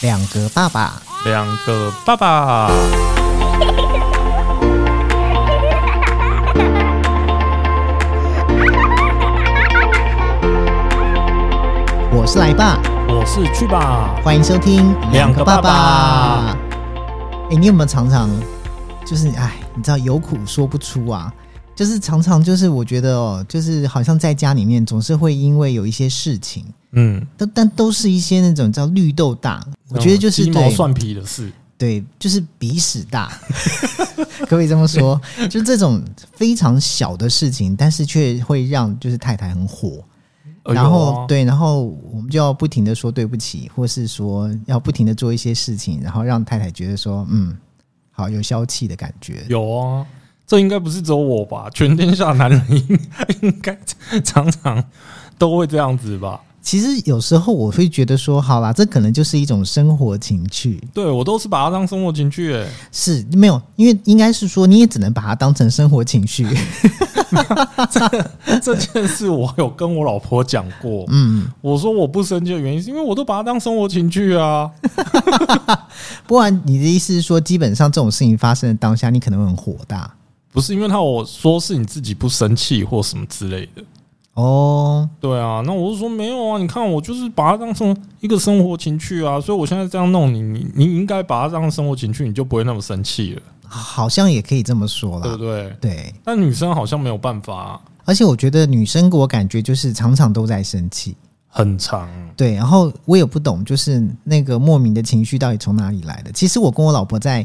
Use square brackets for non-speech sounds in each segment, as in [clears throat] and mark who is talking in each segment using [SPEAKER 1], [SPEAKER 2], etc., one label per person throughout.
[SPEAKER 1] 两个爸爸，
[SPEAKER 2] 两个爸爸。
[SPEAKER 1] 我是来爸，
[SPEAKER 2] 我是去吧，
[SPEAKER 1] 欢迎收听
[SPEAKER 2] 两个爸爸。
[SPEAKER 1] 哎、你有没有常常就是哎，你知道有苦说不出啊？就是常常就是我觉得哦，就是好像在家里面总是会因为有一些事情，
[SPEAKER 2] 嗯，
[SPEAKER 1] 但但都是一些那种叫绿豆大，我觉得
[SPEAKER 2] 哦
[SPEAKER 1] 就是
[SPEAKER 3] 鸡毛
[SPEAKER 1] 对
[SPEAKER 3] 蒜皮的事，
[SPEAKER 1] 对，就是鼻屎大， [laughs] 可不可以这么说？就这种非常小的事情，但是却会让就是太太很火。
[SPEAKER 3] 哎呦
[SPEAKER 1] 然后，对，然后我们就要不停的说对不起，或是说要不停的做一些事情，然后让太太觉得说，嗯，好有消气的感觉。
[SPEAKER 3] 有啊，这应该不是只有我吧？ [laughs] 全天下男人应应该常常都会这样子吧？
[SPEAKER 1] 其实有时候我会觉得说，好啦，这可能就是一种生活情趣，
[SPEAKER 3] 对我都是把它当生活情趣、欸，
[SPEAKER 1] 是没有，因为应该是说你也只能把它当成生活情
[SPEAKER 3] [laughs]
[SPEAKER 1] 绪。
[SPEAKER 3] [laughs] 这件事我有跟我老婆讲过，
[SPEAKER 1] [laughs] 嗯，
[SPEAKER 3] 我说我不生气的原因是因为我都把它当生活情趣啊，
[SPEAKER 1] 不然你的意思是说，基本上这种事情发生的当下，你可能会很火大
[SPEAKER 3] 不是因为他我说是你自己不生气或什么之类的。
[SPEAKER 1] 哦。
[SPEAKER 3] 对啊，那我就说没有啊，你看我就是把它当成一个生活情趣啊，所以我现在这样弄你，你你应该把它当生活情趣，你就不会那么生气了，
[SPEAKER 1] 好像也可以这么说
[SPEAKER 3] 对不
[SPEAKER 1] 啦。
[SPEAKER 3] 对？
[SPEAKER 1] 对，
[SPEAKER 3] 但女生好像没有办法、
[SPEAKER 1] 而且我觉得女生给我感觉就是常常都在生气。
[SPEAKER 3] 很长。
[SPEAKER 1] 对，然后我也不懂，就是那个莫名的情绪到底从哪里来的。其实我跟我老婆在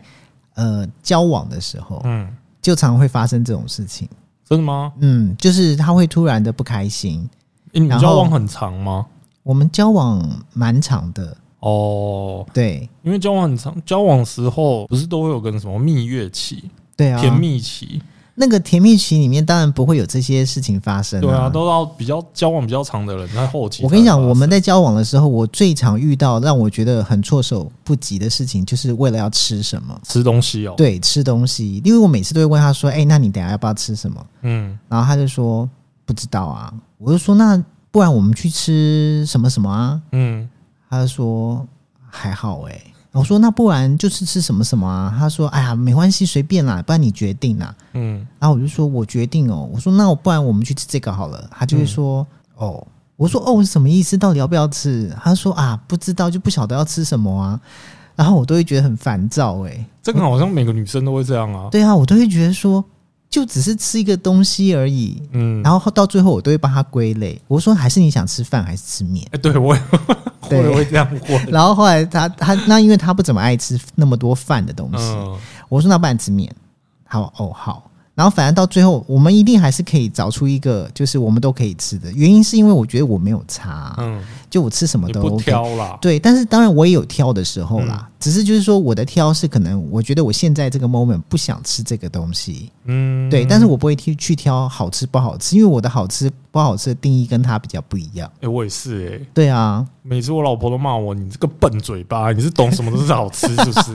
[SPEAKER 1] 呃交往的时候，
[SPEAKER 3] 嗯，
[SPEAKER 1] 就常会发生这种事情。
[SPEAKER 3] 真的吗？
[SPEAKER 1] 嗯，就是她会突然的不开心。
[SPEAKER 3] 诶你
[SPEAKER 1] 然
[SPEAKER 3] 们
[SPEAKER 1] 后
[SPEAKER 3] 交往很长吗？
[SPEAKER 1] 我们交往蛮长的，
[SPEAKER 3] 哦，
[SPEAKER 1] 对
[SPEAKER 3] 因为交往很长，交往时候不是都会有个什么蜜月期、
[SPEAKER 1] 对啊，
[SPEAKER 3] 甜蜜期，
[SPEAKER 1] 那个甜蜜期里面当然不会有这些事情发生、
[SPEAKER 3] 对啊，都到比较交往比较长的人，在后期才
[SPEAKER 1] 我
[SPEAKER 3] 会发生。
[SPEAKER 1] 跟你讲，我们在交往的时候，我最常遇到让我觉得很措手不及的事情，就是为了要吃什么。
[SPEAKER 3] 吃东西哦，，
[SPEAKER 1] 对，吃东西，因为我每次都会问他说：“哎、那你等一下要不要吃什么
[SPEAKER 3] 嗯，？”
[SPEAKER 1] 然后他就说：“不知道啊。”我就说：“那不然我们去吃什么什么啊
[SPEAKER 3] 嗯，？”
[SPEAKER 1] 他就说：“还好哎、我说：“那不然就是吃什么什么啊？”他说：“哎呀，没关系，随便啦，不然你决定啦。”
[SPEAKER 3] 嗯，
[SPEAKER 1] 然后我就说：“我决定哦。”我说：“那我不然我们去吃这个好了。”他就会说：“哦。”我说：“哦，什么意思？到底要不要吃？”他说：“啊，不知道，就不晓得要吃什么啊。”然后我都会觉得很烦躁、哎，
[SPEAKER 3] 这个好像每个女生都会这样啊，
[SPEAKER 1] 对啊，我都会觉得说，就只是吃一个东西而已。
[SPEAKER 3] 嗯，
[SPEAKER 1] 然后到最后，我都会帮他归类。我说：“还是你想吃饭还是吃面
[SPEAKER 3] 哎、对我也我
[SPEAKER 1] 对
[SPEAKER 3] 也会这样
[SPEAKER 1] [laughs]
[SPEAKER 3] 问？”，
[SPEAKER 1] 然后后来他他那因为他不怎么爱吃那么多饭的东西，
[SPEAKER 3] 嗯，
[SPEAKER 1] 我说那不然吃面，他说哦好，然后反正到最后我们一定还是可以找出一个就是我们都可以吃的，原因是因为我觉得我没有差，
[SPEAKER 3] 嗯，
[SPEAKER 1] 就我吃什么
[SPEAKER 3] 你
[SPEAKER 1] 都
[SPEAKER 3] 不
[SPEAKER 1] OK。
[SPEAKER 3] 挑嗯啦，
[SPEAKER 1] 对，但是当然我也有挑的时候啦，只是就是说我的挑是可能我觉得我现在这个 moment 不想吃这个东西，
[SPEAKER 3] 嗯，
[SPEAKER 1] 对，但是我不会去去挑好吃不好吃，因为我的好吃不好吃的定义跟他比较不一样。
[SPEAKER 3] 哎、我也是哎、
[SPEAKER 1] 对啊，
[SPEAKER 3] 每次我老婆都骂我：“你这个笨嘴巴，你是懂什么都是好吃，是不是？”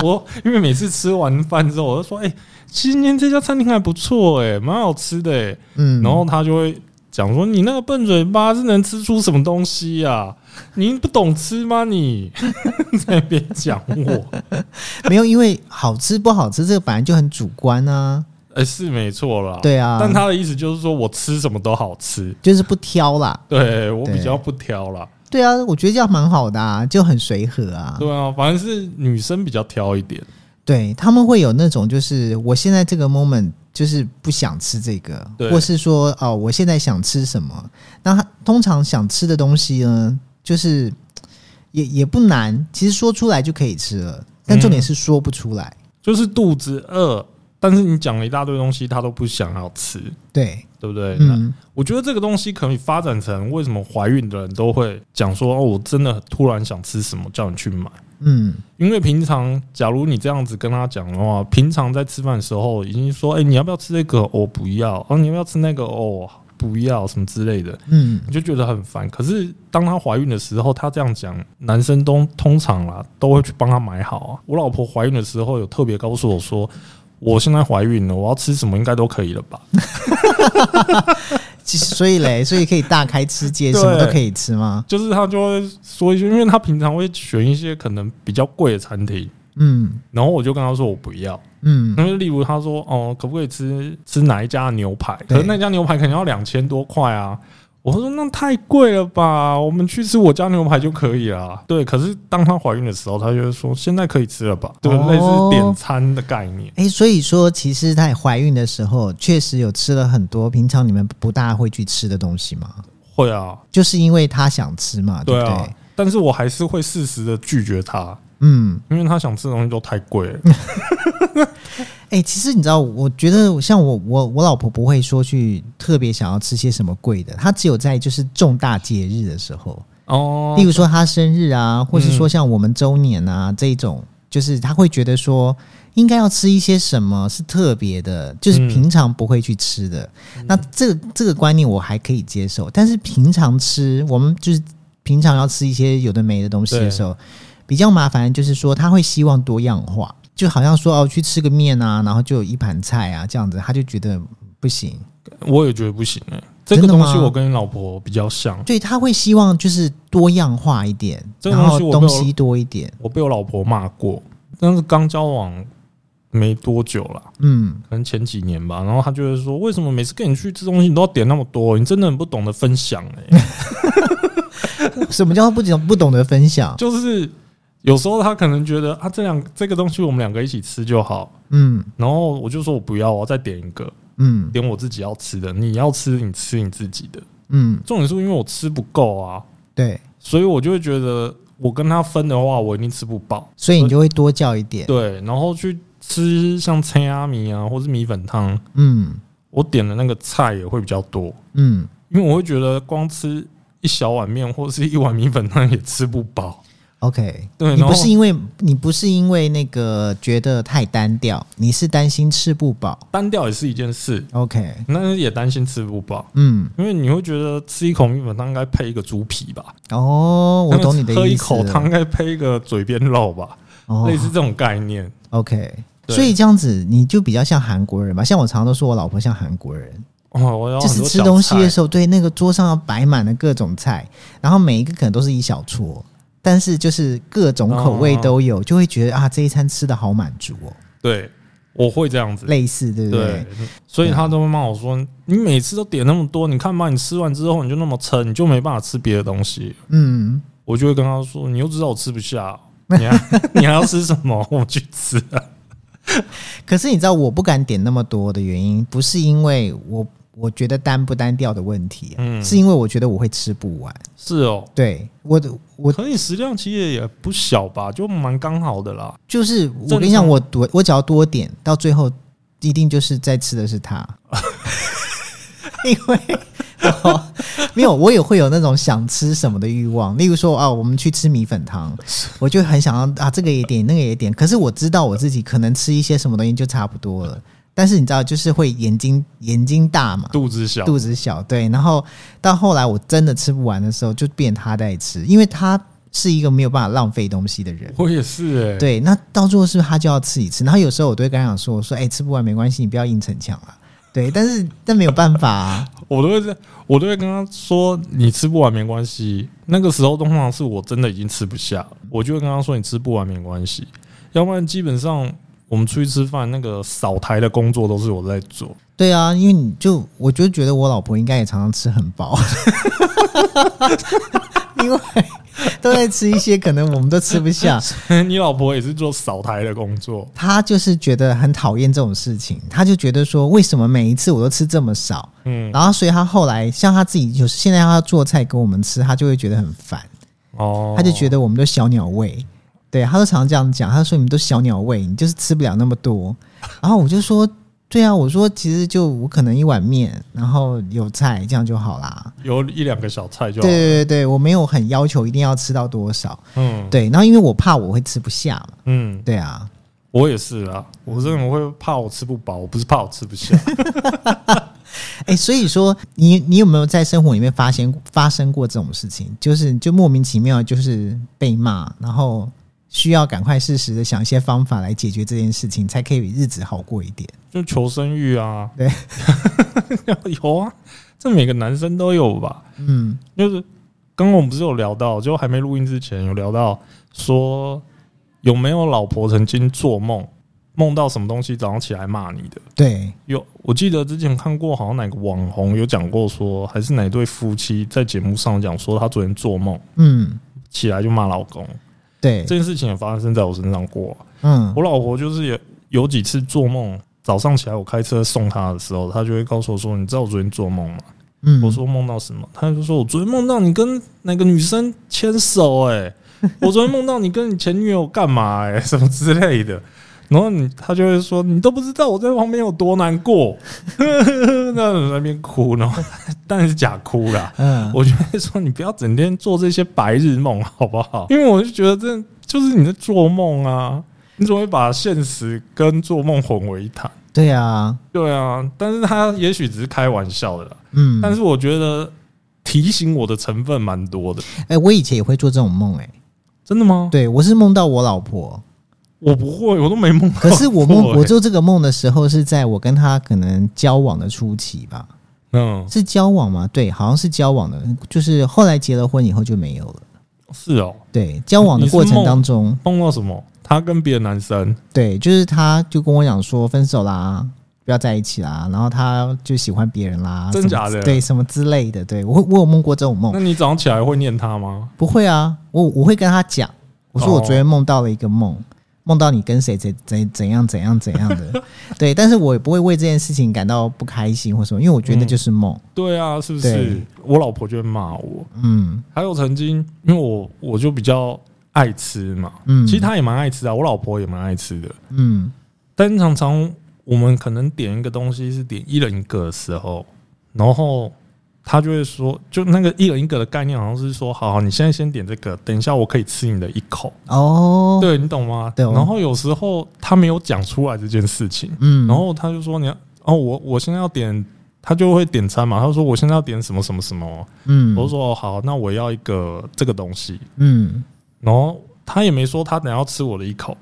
[SPEAKER 3] [laughs] 我因为每次吃完饭之后，我就说：“哎、今天这家餐厅还不错，哎，蛮好吃的、欸。
[SPEAKER 1] 嗯，
[SPEAKER 3] 然后她就会讲说：“你那个笨嘴巴是能吃出什么东西呀、你不懂吃吗你？” [laughs] 在那边讲
[SPEAKER 1] [laughs]
[SPEAKER 3] 我，
[SPEAKER 1] 没有，因为好吃不好吃这个本来就很主观啊，
[SPEAKER 3] 哎、是没错啦。、
[SPEAKER 1] 对啊，
[SPEAKER 3] 但她的意思就是说我吃什么都好吃，
[SPEAKER 1] 就是不挑啦，
[SPEAKER 3] 对我
[SPEAKER 1] 对
[SPEAKER 3] 比较不挑啦。
[SPEAKER 1] 对啊，我觉得这样蛮好的啊，就很随和啊。
[SPEAKER 3] 对啊，反正是女生比较挑一点。
[SPEAKER 1] 对他们会有那种，就是我现在这个 moment 就是不想吃这个，
[SPEAKER 3] 对
[SPEAKER 1] 或是说哦，我现在想吃什么。那他通常想吃的东西呢，就是也也不难，其实说出来就可以吃了。但重点
[SPEAKER 3] 嗯
[SPEAKER 1] 是说不出来。
[SPEAKER 3] 就是肚子饿，但是你讲了一大堆东西，他都不想要吃，
[SPEAKER 1] 对，
[SPEAKER 3] 对不对？那
[SPEAKER 1] 嗯，
[SPEAKER 3] 我觉得这个东西可以发展成为什么怀孕的人都会讲说：“哦，我真的突然想吃什么，叫你去买。”
[SPEAKER 1] 嗯，
[SPEAKER 3] 因为平常，假如你这样子跟他讲的话，平常在吃饭的时候已经说：“哎、你要不要吃这个？我、不要。”哦，你要不要吃那个？哦，不要，什么之类的，
[SPEAKER 1] 嗯，
[SPEAKER 3] 你就觉得很烦。可是当她怀孕的时候，她这样讲，男生都通常啦都会去帮她买好啊。我老婆怀孕的时候有特别告诉我说，我现在怀孕了，我要吃什么应该都可以了吧？
[SPEAKER 1] 其实所以嘞，所以可以大开吃街，什么
[SPEAKER 3] 对
[SPEAKER 1] 都可以吃吗？
[SPEAKER 3] 就是他就会说一些，因为他平常会选一些可能比较贵的餐厅，
[SPEAKER 1] 嗯
[SPEAKER 3] 然后我就跟他说我不要，
[SPEAKER 1] 嗯
[SPEAKER 3] 因为例如他说哦，可不可以吃吃哪一家的牛排？
[SPEAKER 1] 对
[SPEAKER 3] 可是那家牛排可能要两千多块啊。我说那太贵了吧，我们去吃我家牛排就可以啦。对，可是当她怀孕的时候，她就会说现在可以吃了吧？对，
[SPEAKER 1] 哦
[SPEAKER 3] 类似点餐的概念。
[SPEAKER 1] 哎、所以说，其实在怀孕的时候，确实有吃了很多平常你们不大会去吃的东西嘛，
[SPEAKER 3] 会啊，
[SPEAKER 1] 就是因为她想吃嘛，对
[SPEAKER 3] 对
[SPEAKER 1] 不对？
[SPEAKER 3] 啊，但是我还是会适时的拒绝她，
[SPEAKER 1] 嗯，
[SPEAKER 3] 因为她想吃的东西都太贵了。
[SPEAKER 1] 哎、其实你知道，我觉得像我我我老婆不会说去特别想要吃些什么贵的，她只有在就是重大节日的时候，
[SPEAKER 3] 哦嗯
[SPEAKER 1] 例，如说她生日啊，或是说像我们周年啊、这一种，就是她会觉得说应该要吃一些什么是特别的，就是
[SPEAKER 3] 嗯
[SPEAKER 1] 平常不会去吃的。那这个这个观念我还可以接受，但是平常吃我们就是平常要吃一些有的没的东西的时候，比较麻烦，就是说他会希望多样化，就好像说哦去吃个面啊，然后就有一盘菜啊这样子，他就觉得不行。
[SPEAKER 3] 我也觉得不行哎、这
[SPEAKER 1] 真
[SPEAKER 3] 个
[SPEAKER 1] 的
[SPEAKER 3] 东
[SPEAKER 1] 吗
[SPEAKER 3] 西我跟你老婆比较像，
[SPEAKER 1] 对，他会希望就是多样化一点，
[SPEAKER 3] 这个
[SPEAKER 1] 然
[SPEAKER 3] 东西
[SPEAKER 1] 后
[SPEAKER 3] 我
[SPEAKER 1] 东
[SPEAKER 3] 没有
[SPEAKER 1] 西多一点。
[SPEAKER 3] 我被我老婆骂过，但是刚交往没多久啦，
[SPEAKER 1] 嗯，
[SPEAKER 3] 可能前几年吧。然后她就会说，为什么每次跟你去吃东西，你都要点那么多？你真的很不懂得分享哎、
[SPEAKER 1] 什么叫不懂不懂得分享？
[SPEAKER 3] 就是有时候她可能觉得啊，这两这个东西我们两个一起吃就好。
[SPEAKER 1] 嗯
[SPEAKER 3] 然后我就说我不要，我要再点一个，
[SPEAKER 1] 嗯
[SPEAKER 3] 点我自己要吃的。你要吃，你吃你自己的。
[SPEAKER 1] 嗯，
[SPEAKER 3] 重点是因为我吃不够啊，
[SPEAKER 1] 对，
[SPEAKER 3] 所以我就会觉得我跟她分的话，我一定吃不饱。
[SPEAKER 1] 所以你就会多叫一点。
[SPEAKER 3] 对，然后去吃像菜阿米啊，或是米粉汤，
[SPEAKER 1] 嗯
[SPEAKER 3] 我点的那个菜也会比较多，
[SPEAKER 1] 嗯，
[SPEAKER 3] 因为我会觉得光吃一小碗面或是一碗米粉汤也吃不饱。
[SPEAKER 1] OK，
[SPEAKER 3] 对，
[SPEAKER 1] 你
[SPEAKER 3] 然后
[SPEAKER 1] 不是因为你不是因为那个觉得太单调，你是担心吃不饱。
[SPEAKER 3] 单调也是一件事，
[SPEAKER 1] OK，
[SPEAKER 3] 那也担心吃不饱。
[SPEAKER 1] 嗯，
[SPEAKER 3] 因为你会觉得吃一口米粉汤应该配一个猪皮吧，
[SPEAKER 1] 哦，我懂你的意思了。
[SPEAKER 3] 喝一口汤应该配一个嘴边肉吧，
[SPEAKER 1] 哦
[SPEAKER 3] 类似这种概念。
[SPEAKER 1] OK，
[SPEAKER 3] 对
[SPEAKER 1] 所以这样子你就比较像韩国人吧？像我常常都说我老婆像韩国人，
[SPEAKER 3] 哦，我要
[SPEAKER 1] 就
[SPEAKER 3] 很
[SPEAKER 1] 是
[SPEAKER 3] 多
[SPEAKER 1] 吃
[SPEAKER 3] 小
[SPEAKER 1] 东西
[SPEAKER 3] 菜
[SPEAKER 1] 的时候，对那个桌上要摆满了各种菜，然后每一个可能都是一小撮，但是就是各种口
[SPEAKER 3] 哦
[SPEAKER 1] 味都有，就会觉得啊这一餐吃的好满足哦，
[SPEAKER 3] 对，我会这样子。
[SPEAKER 1] 类似对不对？
[SPEAKER 3] 对，所以他都会骂我说：“你每次都点那么多，你看吧，你吃完之后你就那么撑，你就没办法吃别的东西。
[SPEAKER 1] 嗯，”
[SPEAKER 3] 我就会跟他说：“你又知道我吃不
[SPEAKER 1] [laughs]
[SPEAKER 3] 下，你还你还要吃什么？ [laughs] 我去吃啊。
[SPEAKER 1] 可是你知道我不敢点那么多的原因，不是因为我我觉得单不单调的问题、啊
[SPEAKER 3] 嗯
[SPEAKER 1] 是因为我觉得我会吃不完。”
[SPEAKER 3] 是哦，
[SPEAKER 1] 对我的我
[SPEAKER 3] 可你食量其实也不小吧，就蛮刚好的啦。
[SPEAKER 1] 就是我
[SPEAKER 3] 正
[SPEAKER 1] 跟你讲，
[SPEAKER 3] 常
[SPEAKER 1] 我多我只要多点，到最后一定就是在吃的是它， [laughs] 因为我没有我也会有那种想吃什么的欲望，例如说啊，我们去吃米粉汤，我就很想要啊这个也点那个也点，可是我知道我自己可能吃一些什么东西就差不多了，但是你知道就是会眼睛眼睛大嘛，
[SPEAKER 3] 肚子小，
[SPEAKER 1] 肚子小，对。然后到后来我真的吃不完的时候，就变他在吃，因为他是一个没有办法浪费东西的人。
[SPEAKER 3] 我也是哎、
[SPEAKER 1] 对，那到最后是不是他就要吃一次？然后有时候我都会跟他讲说：“我说，哎、吃不完没关系，你不要硬逞强啊。”对，但是但没有办法、啊， [laughs]
[SPEAKER 3] 我都会这，我都会跟他说：“你吃不完没关系。”那个时候通常是我真的已经吃不下了，我就会跟他说：“你吃不完没关系。”要不然基本上我们出去吃饭，那个扫台的工作都是我在做。 [laughs]
[SPEAKER 1] 对啊，因为你就我就觉得我老婆应该也常常吃很饱， [laughs] 因为都在吃一些可能我们都吃不下，
[SPEAKER 3] 你老婆也是做扫台的工作，
[SPEAKER 1] 他就是觉得很讨厌这种事情，他就觉得说为什么每一次我都吃这么少，
[SPEAKER 3] 嗯，
[SPEAKER 1] 然后所以他后来像他自己，就是现在他做菜给我们吃，他就会觉得很烦，
[SPEAKER 3] 哦，
[SPEAKER 1] 他就觉得我们都小鸟胃。对，他都常常这样讲，他说你们都小鸟胃，你就是吃不了那么多。然后我就说，对啊，我说其实就我可能一碗面，然后有菜这样就好啦。
[SPEAKER 3] 有啊一两个小菜
[SPEAKER 1] 对
[SPEAKER 3] 就好了，
[SPEAKER 1] 对对对，我没有很要求一定要吃到多少。
[SPEAKER 3] 嗯，
[SPEAKER 1] 对，然后因为我怕我会吃不下嘛。
[SPEAKER 3] 嗯，
[SPEAKER 1] 对啊，
[SPEAKER 3] 我也是啊，我真的会怕我吃不饱，我不是怕我吃不下，
[SPEAKER 1] 哎，所以说你你有没有在生活里面发现发生过这种事情？就是就莫名其妙就是被骂，然后需要赶快适时的想一些方法来解决这件事情，才可以日子好过一点。
[SPEAKER 3] 就求生欲啊，
[SPEAKER 1] 对，
[SPEAKER 3] [laughs] 有啊，这每个男生都有吧？
[SPEAKER 1] 嗯
[SPEAKER 3] 就是刚刚我们不是有聊到，就还没录音之前有聊到说有没有老婆曾经做梦，梦到什么东西，早上起来骂你的？
[SPEAKER 1] 对，
[SPEAKER 3] 有，我记得之前看过，好像哪个网红有讲过说，还是哪对夫妻在节目上讲说，他昨天做梦
[SPEAKER 1] 嗯
[SPEAKER 3] 起来就骂老公，
[SPEAKER 1] 对，
[SPEAKER 3] 这件事情也发生在我身上过。
[SPEAKER 1] 嗯
[SPEAKER 3] 我老婆就是有有几次做梦，早上起来我开车送她的时候，她就会告诉我说：“你知道我昨天做梦吗？”
[SPEAKER 1] 嗯，
[SPEAKER 3] 我说梦到什么？她就说：“我昨天梦到你跟哪个女生牵手、欸，我昨天梦到你跟你前女友干嘛、欸， [laughs] 什么之类的。”然后你她就会说：“你都不知道我在旁边有多难过。” [laughs] 那在那边哭，然后但是假哭啦。
[SPEAKER 1] 嗯，
[SPEAKER 3] [laughs] 我就会说你不要整天做这些白日梦，好不好？因为我就觉得这就是你在做梦啊，你怎么会把现实跟做梦混为一谈？
[SPEAKER 1] 对啊，
[SPEAKER 3] 对啊，但是他也许只是开玩笑的啦，
[SPEAKER 1] 嗯，
[SPEAKER 3] 但是我觉得提醒我的成分蛮多的。
[SPEAKER 1] 哎、我以前也会做这种梦，哎，
[SPEAKER 3] 真的吗？
[SPEAKER 1] 对我是梦到我老婆，
[SPEAKER 3] [laughs] 我不会，我都没梦到
[SPEAKER 1] 可
[SPEAKER 3] 过欸。
[SPEAKER 1] 是我梦我做这个梦的时候是在我跟她可能交往的初期吧，
[SPEAKER 3] 嗯，
[SPEAKER 1] 是交往吗？对，好像是交往的，就是后来结了婚以后就没有了。
[SPEAKER 3] 是哦，
[SPEAKER 1] 对，交往的过程当中，
[SPEAKER 3] 梦到什么？他跟别的男生，
[SPEAKER 1] 对，就是她就跟我讲说分手啦，不要在一起啦，然后她就喜欢别人啦，
[SPEAKER 3] 真
[SPEAKER 1] 什么
[SPEAKER 3] 假的
[SPEAKER 1] 对，什么之类的，对我我有梦过这种
[SPEAKER 3] 那
[SPEAKER 1] 梦，
[SPEAKER 3] 你早上起来会念他吗？
[SPEAKER 1] 不会啊，我我会跟她讲，我
[SPEAKER 3] 哦
[SPEAKER 1] 说我昨天梦到了一个梦。梦到你跟谁怎怎怎样怎样怎样
[SPEAKER 3] [laughs]
[SPEAKER 1] 的，对，但是我也不会为这件事情感到不开心或什么，因为我觉得
[SPEAKER 3] 嗯
[SPEAKER 1] 那就是梦，
[SPEAKER 3] 对啊，是不是
[SPEAKER 1] 对？
[SPEAKER 3] 我老婆就会骂我。
[SPEAKER 1] 嗯
[SPEAKER 3] 还有曾经，因为我我就比较爱吃嘛，
[SPEAKER 1] 嗯
[SPEAKER 3] 其实她也蛮爱吃啊，我老婆也蛮爱吃的。
[SPEAKER 1] 嗯
[SPEAKER 3] 但是常常我们可能点一个东西是点一人一个的时候，然后她就会说，就那个一人一个的概念好像是说，好，你现在先点这个，等一下我可以吃你的一口，
[SPEAKER 1] 哦，
[SPEAKER 3] 对你懂吗？
[SPEAKER 1] 懂
[SPEAKER 3] 然后有时候她没有讲出来这件事情，
[SPEAKER 1] 嗯，
[SPEAKER 3] 然后他就说你要哦，我我现在要点，他就会点餐嘛，他说我现在要点什么什么什么，
[SPEAKER 1] 嗯，
[SPEAKER 3] 我就说哦好，那我要一个这个东西，
[SPEAKER 1] 嗯
[SPEAKER 3] 然后他也没说他等下要吃我的一口，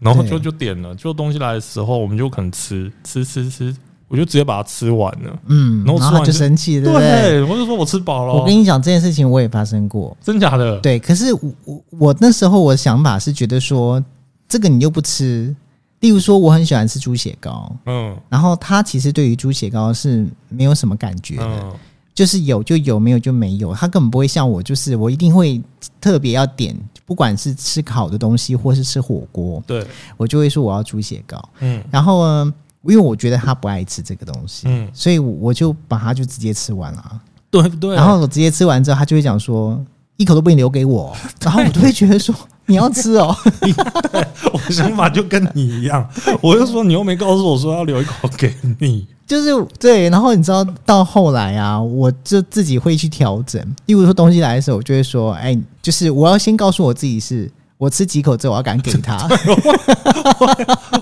[SPEAKER 3] 然后就
[SPEAKER 1] 对
[SPEAKER 3] 就点了，就东西来的时候我们就可能吃吃吃吃，我就直接把它吃完了，
[SPEAKER 1] 嗯，
[SPEAKER 3] 然
[SPEAKER 1] 然
[SPEAKER 3] 后吃
[SPEAKER 1] 后他
[SPEAKER 3] 完
[SPEAKER 1] 就
[SPEAKER 3] 就
[SPEAKER 1] 生气，对不对？
[SPEAKER 3] 对，哦我就说我吃饱了，
[SPEAKER 1] 我跟你讲这件事情，我也发生过。
[SPEAKER 3] 真假的，
[SPEAKER 1] 对，可是我我我那时候我的想法是觉得说，这个你又不吃。例如说，我很喜欢吃猪血糕，
[SPEAKER 3] 嗯
[SPEAKER 1] 然后他其实对于猪血糕是没有什么感觉的，
[SPEAKER 3] 嗯，
[SPEAKER 1] 就是有就有，没有就没有。他根本不会像我，就是我一定会特别要点，不管是吃烤的东西或是吃火锅，
[SPEAKER 3] 对，
[SPEAKER 1] 我就会说我要猪血糕。
[SPEAKER 3] 嗯
[SPEAKER 1] 然后呢，因为我觉得他不爱吃这个东西，
[SPEAKER 3] 嗯，
[SPEAKER 1] 所以我就把它就直接吃完了啊。
[SPEAKER 3] 对不对？
[SPEAKER 1] 然后我直接吃完之后，他就会讲说一口都不能留给
[SPEAKER 3] [laughs]
[SPEAKER 1] 我，然后我就会觉得说你要吃哦，
[SPEAKER 3] [laughs] 我想法就跟你一样，我就说你又没告诉我说要留一口给你，
[SPEAKER 1] 就是对。然后你知道到后来啊，我就自己会去调整，例如说东西来的时候，我就会说，哎，就是我要先告诉我自己是。我吃几口之后，我要敢给
[SPEAKER 3] [laughs]
[SPEAKER 1] 他，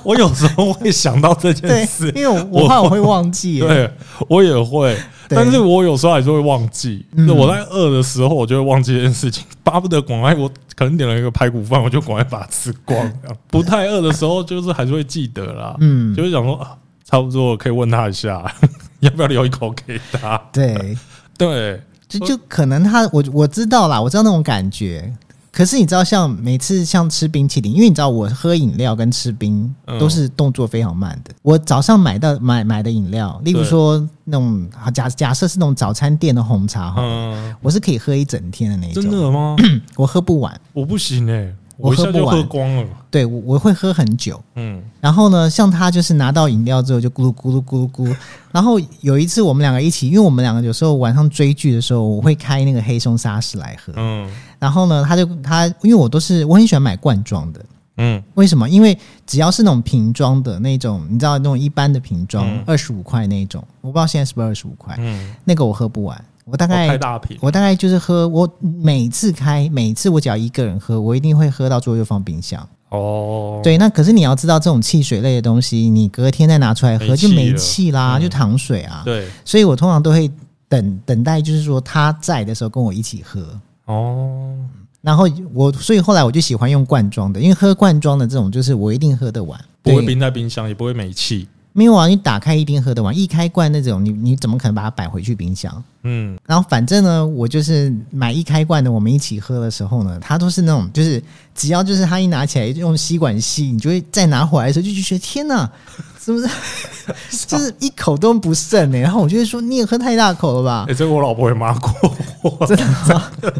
[SPEAKER 3] 我有时候会想到这件
[SPEAKER 1] 对
[SPEAKER 3] 事，，
[SPEAKER 1] 因为我我怕我会忘记。
[SPEAKER 3] 对我也会，
[SPEAKER 1] 对
[SPEAKER 3] 但是我有时候还是会忘记。
[SPEAKER 1] 嗯
[SPEAKER 3] 那我在饿的时候，我就会忘记这件事情，巴不得赶快我可能点了一个排骨饭，我就赶快把它吃光。这样不太饿的时候，就是还是会记得啦，
[SPEAKER 1] 嗯
[SPEAKER 3] 就，会想说啊，差不多我可以问他一下， [laughs] 要不要留一口给他？ [laughs]
[SPEAKER 1] 对，
[SPEAKER 3] 对，
[SPEAKER 1] 就就可能他我我知道啦，我知道那种感觉。可是你知道，像每次像吃冰淇淋，因为你知道我喝饮料跟吃冰
[SPEAKER 3] 嗯
[SPEAKER 1] 都是动作非常慢的。我早上买到买买的饮料，例如
[SPEAKER 3] 对
[SPEAKER 1] 说那种好假假设是那种早餐店的红茶哈，
[SPEAKER 3] 嗯，
[SPEAKER 1] 我是可以喝一整天的那一种，
[SPEAKER 3] 真
[SPEAKER 1] [clears throat]
[SPEAKER 3] 的吗？
[SPEAKER 1] 我喝不完，
[SPEAKER 3] 我不行哎、
[SPEAKER 1] 我
[SPEAKER 3] 我一
[SPEAKER 1] 喝
[SPEAKER 3] 下就
[SPEAKER 1] 不完
[SPEAKER 3] 喝光了。
[SPEAKER 1] 对我我会喝很久。
[SPEAKER 3] 嗯，
[SPEAKER 1] 然后呢，像他就是拿到饮料之后就咕噜咕噜咕噜咕噜。然后有一次我们两个一起，因为我们两个有时候晚上追剧的时候，我会开那个黑松沙士来喝。
[SPEAKER 3] 嗯
[SPEAKER 1] 然后呢，他就他，因为我都是我很喜欢买罐装的，
[SPEAKER 3] 嗯
[SPEAKER 1] 为什么？因为只要是那种瓶装的那种，你知道那种一般的瓶装
[SPEAKER 3] 嗯，
[SPEAKER 1] 二十五块那种，我不知道现在是不是二十五块，
[SPEAKER 3] 嗯，哦
[SPEAKER 1] 那个我喝不完，我大
[SPEAKER 3] 我
[SPEAKER 1] 概
[SPEAKER 3] 开大瓶，
[SPEAKER 1] 我大概就是喝，我每次开，每次我只要一个人喝，我一定会喝到最后就放冰箱。
[SPEAKER 3] 哦，
[SPEAKER 1] 对，那可是你要知道，这种汽水类的东西，你隔天再拿出来喝
[SPEAKER 3] 没
[SPEAKER 1] 就
[SPEAKER 3] 气
[SPEAKER 1] 没
[SPEAKER 3] 了
[SPEAKER 1] 气啦，
[SPEAKER 3] 嗯
[SPEAKER 1] 就糖水啊。
[SPEAKER 3] 对
[SPEAKER 1] 所以我通常都会等等待，就是说他在的时候跟我一起喝。
[SPEAKER 3] 哦，
[SPEAKER 1] 然后我，所以后来我就喜欢用罐装的，因为喝罐装的这种，就是我一定喝得完，
[SPEAKER 3] 不会
[SPEAKER 1] 对
[SPEAKER 3] 冰在冰箱，也不会没气。
[SPEAKER 1] 没有啊，你打开一定喝得完，一开罐那种，你你怎么可能把它摆回去冰箱？
[SPEAKER 3] 嗯，
[SPEAKER 1] 然后反正呢，我就是买一开罐的，我们一起喝的时候呢，它都是那种，就是只要就是它一拿起来用吸管吸，你就会再拿回来的时候就就觉得天哪，怎么 [laughs] 就是一口都不剩呢、然后我就会说你也喝太大口了 [laughs] 吧
[SPEAKER 3] 哎、？这个我老婆也骂过我，真的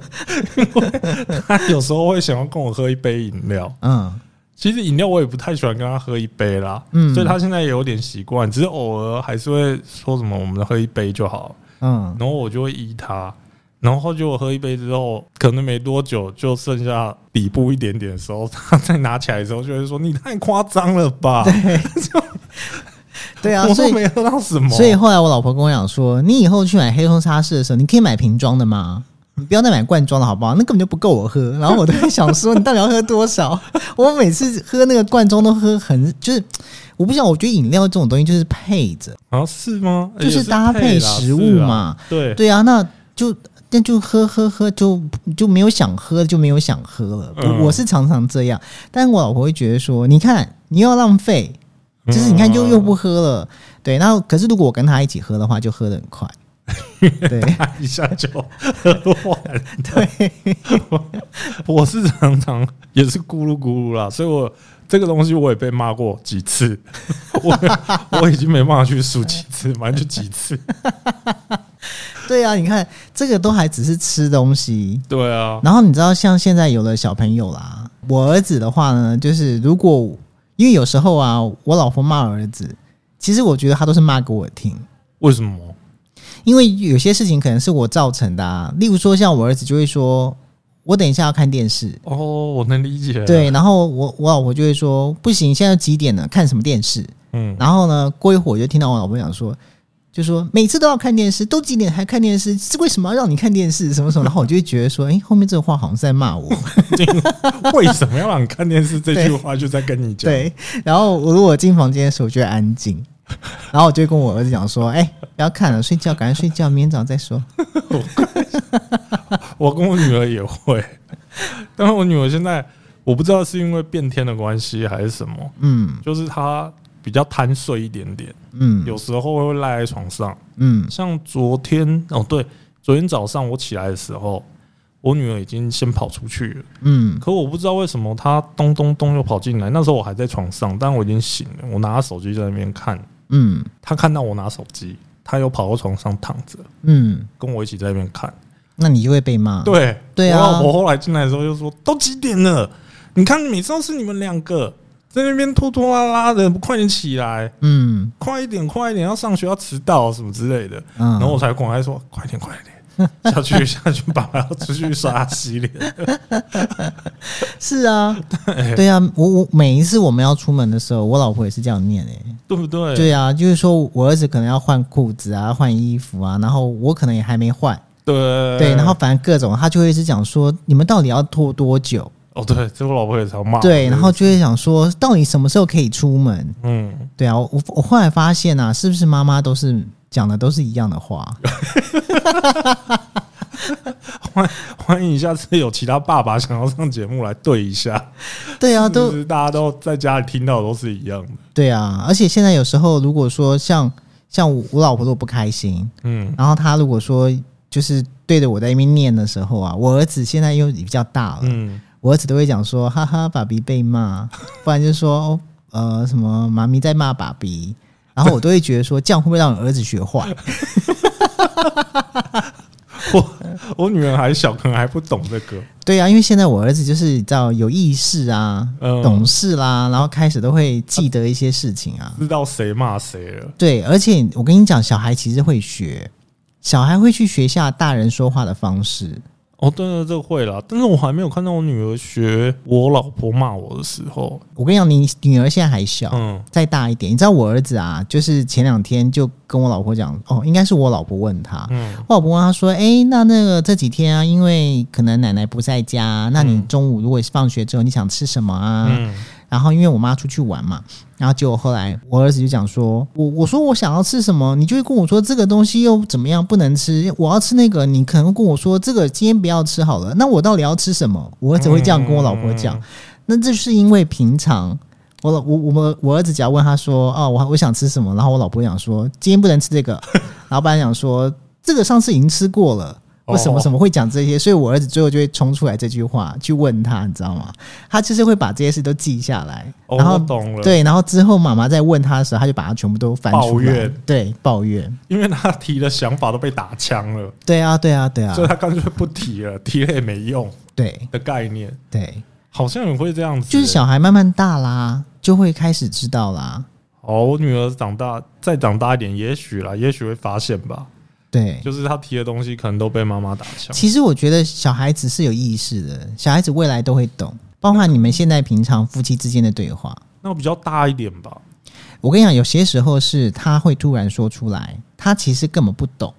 [SPEAKER 3] 因为她有时候会想要跟我喝一杯饮料，
[SPEAKER 1] 嗯
[SPEAKER 3] 其实饮料我也不太喜欢跟她喝一杯啦，
[SPEAKER 1] 嗯
[SPEAKER 3] 所以她现在也有点习惯，只是偶尔还是会说什么我们喝一杯就好，
[SPEAKER 1] 嗯，
[SPEAKER 3] 然后我就会依她。然后就我喝一杯之后，可能没多久就剩下底部一点点的时候，她再拿起来的时候就会说：“你太夸张了吧！”
[SPEAKER 1] 对啊，
[SPEAKER 3] 我
[SPEAKER 1] 所
[SPEAKER 3] 都
[SPEAKER 1] 以
[SPEAKER 3] 没喝到什么。
[SPEAKER 1] 所以后来我老婆跟我讲说，你以后去买黑松沙士的时候，你可以买瓶装的吗？你不要再买罐装的好不好？那根本就不够我喝。然后我都在想
[SPEAKER 3] [laughs]
[SPEAKER 1] 说，你到底要喝多少？我每次喝那个罐装都喝很，就是我不知道，我觉得饮料这种东西就是配着，
[SPEAKER 3] 啊，是吗？
[SPEAKER 1] 就
[SPEAKER 3] 也
[SPEAKER 1] 是
[SPEAKER 3] 是
[SPEAKER 1] 搭
[SPEAKER 3] 配
[SPEAKER 1] 配
[SPEAKER 3] 啦
[SPEAKER 1] 食物。
[SPEAKER 3] 是啊
[SPEAKER 1] 嘛。
[SPEAKER 3] 对，
[SPEAKER 1] 对啊，那就那就喝喝喝，就就没有想喝就没有想喝了。
[SPEAKER 3] 嗯
[SPEAKER 1] 我我是常常这样，但我老婆会觉得说，你看你又要浪费，
[SPEAKER 3] 嗯
[SPEAKER 1] 就是你看又又不喝了，对。那可是如果我跟他一起喝的话，就喝的很
[SPEAKER 3] [laughs]
[SPEAKER 1] 快。对
[SPEAKER 3] 嗯一下就喝完。
[SPEAKER 1] 对，
[SPEAKER 3] [laughs] 我是常常也是咕噜咕噜啦，所以我这个东西我也被骂过几次， [laughs] 我我已经没办法去数几次，反正就几次。
[SPEAKER 1] [laughs] 对啊，你看这个都还只是吃东西，
[SPEAKER 3] 对啊，
[SPEAKER 1] 然后你知道，像现在有了小朋友啦，我儿子的话呢，就是如果因为有时候啊，我老婆骂儿子，其实我觉得他都是骂给我听，
[SPEAKER 3] 为什么？
[SPEAKER 1] 因为有些事情可能是我造成的啊。例如说，像我儿子就会说：“我等一下要看电视。
[SPEAKER 3] 哦，我能理解。”啊
[SPEAKER 1] 对，，然后我我老婆就会说：“不行，现在几点了？看什么电视
[SPEAKER 3] 嗯？”，
[SPEAKER 1] 然后呢，过一会儿我就听到我老婆讲说。就说每次都要看电视，都几点还看电视？是为什么要让你看电视？什么什么？然后我就会觉得说，哎、后面这个话好像是在骂
[SPEAKER 3] [laughs]
[SPEAKER 1] 我。
[SPEAKER 3] 为什么要让你看电视？这句话就在跟你讲。，
[SPEAKER 1] 对，然后我如果进房间的时候，我就会安静，然后我就会跟我儿子讲说：“哎、不要看了，睡觉，赶快睡觉，明天早上再说。
[SPEAKER 3] [laughs] 我跟我女儿也会，但是我女儿现在我不知道是因为变天的关系还是什么，
[SPEAKER 1] 嗯
[SPEAKER 3] 就是她比较贪睡一点点，”
[SPEAKER 1] 嗯
[SPEAKER 3] 有时候会赖在床上。
[SPEAKER 1] 嗯
[SPEAKER 3] 像昨天哦，对，昨天早上我起来的时候，我女儿已经先跑出去了，
[SPEAKER 1] 嗯
[SPEAKER 3] 可我不知道为什么她咚咚咚又跑进来。那时候我还在床上，但我已经醒了，我拿手机在那边看，
[SPEAKER 1] 嗯
[SPEAKER 3] 她看到我拿手机，她又跑到床上躺着，
[SPEAKER 1] 嗯，
[SPEAKER 3] 跟我一起在那边看。
[SPEAKER 1] 那你就会被骂。
[SPEAKER 3] 对，
[SPEAKER 1] 啊对啊
[SPEAKER 3] 我老婆后来进来的时候就说：“都几点了？你看每次都是你们两个在那边拖拖拉拉的，不快点起来，
[SPEAKER 1] 嗯
[SPEAKER 3] 快一点，快一点，要上学要迟到什么之类的。”
[SPEAKER 1] 嗯，
[SPEAKER 3] 然后我才赶快说：“快点，快点， [laughs] 下去，下去，爸爸要出去刷牙洗
[SPEAKER 1] [laughs]
[SPEAKER 3] 脸。
[SPEAKER 1] 是啊，
[SPEAKER 3] [laughs] 对
[SPEAKER 1] 对啊，我我每一次我们要出门的时候，我老婆也是这样念哎、”
[SPEAKER 3] 对不对？
[SPEAKER 1] 对啊，就是说我儿子可能要换裤子啊，换衣服啊，然后我可能也还没换，
[SPEAKER 3] 对
[SPEAKER 1] 对，然后反正各种，他就会一直讲说你们到底要拖多久？
[SPEAKER 3] 哦，对，这我老婆也常骂我。
[SPEAKER 1] 对，然后就会想说到底什么时候可以出门？
[SPEAKER 3] 嗯， [laughs]
[SPEAKER 1] 对啊，我我后来发现啊，是不是妈妈都是讲的都是一样的
[SPEAKER 3] [laughs]
[SPEAKER 1] 话？
[SPEAKER 3] 欢迎下次有其他爸爸想要上节目来对一下，
[SPEAKER 1] 对啊，
[SPEAKER 3] 就
[SPEAKER 1] 都
[SPEAKER 3] 是大家都在家里听到的都是一样的。
[SPEAKER 1] 对啊，而且现在有时候如果说像像我我老婆如果不开心，
[SPEAKER 3] 嗯
[SPEAKER 1] 然后她如果说就是对着我在那边念的时候啊，我儿子现在又比较大了， [laughs]
[SPEAKER 3] 嗯，
[SPEAKER 1] 我儿子都会讲说哈哈，爸比被骂，不然就说哦呃什么妈咪在骂爸比，然后我都会觉得说这样会不会让你儿子学坏？
[SPEAKER 3] 我我女儿还小，可能还不懂这个。
[SPEAKER 1] 对啊，因为现在我儿子就是你知道有意识啊、
[SPEAKER 3] 嗯
[SPEAKER 1] 懂事啦，然后开始都会记得一些事情啊。
[SPEAKER 3] 知道谁骂谁了。
[SPEAKER 1] 对，而且我跟你讲，小孩其实会学，小孩会去学下大人说话的方式。
[SPEAKER 3] 哦，对对，这个会啦，但是我还没有看到我女儿学我老婆骂我的时候。
[SPEAKER 1] 我跟你讲，你女儿现在还小，
[SPEAKER 3] 嗯，
[SPEAKER 1] 再大一点，你知道我儿子啊，就是前两天就跟我老婆讲，哦，应该是我老婆问他，
[SPEAKER 3] 嗯
[SPEAKER 1] 我老婆问他说，诶，那那个这几天啊，因为可能奶奶不在家，那你
[SPEAKER 3] 嗯
[SPEAKER 1] 中午如果放学之后你想吃什么啊？
[SPEAKER 3] 嗯
[SPEAKER 1] 然后因为我妈出去玩嘛，然后结果后来我儿子就讲说，我我说我想要吃什么，你就会跟我说这个东西又怎么样不能吃，我要吃那个，你可能会跟我说这个今天不要吃好了，那我到底要吃什么？我儿子会这样跟我老婆讲，那这是因为平常我老我我们我儿子只要问他说哦，我我想吃什么，然后我老婆想说今天不能吃这个， [laughs] 老板想说这个上次已经吃过了。为什么
[SPEAKER 3] 哦
[SPEAKER 1] 什么会讲这些？所以我儿子最后就会冲出来这句话去问他，你知道吗？他就是会把这些事都记下来，
[SPEAKER 3] 哦，
[SPEAKER 1] 然后
[SPEAKER 3] 我懂了，，
[SPEAKER 1] 对，然后之后妈妈在问他的时候，他就把它全部都翻出
[SPEAKER 3] 抱
[SPEAKER 1] 来
[SPEAKER 3] 怨，
[SPEAKER 1] 对，抱怨，
[SPEAKER 3] 因为他提的想法都被打枪了，
[SPEAKER 1] 对啊，对啊，对啊
[SPEAKER 3] 所，以他干脆不提了，提了也没用
[SPEAKER 1] 对
[SPEAKER 3] 的概念，
[SPEAKER 1] 对，
[SPEAKER 3] 好像也会这样子、
[SPEAKER 1] 就是
[SPEAKER 3] 欸
[SPEAKER 1] 小孩慢慢大啦，就会开始知道啦，
[SPEAKER 3] 哦，我女儿长大再长大一点，也许啦，也许会发现吧，
[SPEAKER 1] 对。
[SPEAKER 3] 就是她提的东西可能都被妈妈打枪。
[SPEAKER 1] 其实我觉得小孩子是有意识的，小孩子未来都会懂，包括你们现在平常夫妻之间的对话。
[SPEAKER 3] 那我比较大一点吧，
[SPEAKER 1] 我跟你讲，有些时候是他会突然说出来，他其实根本不懂，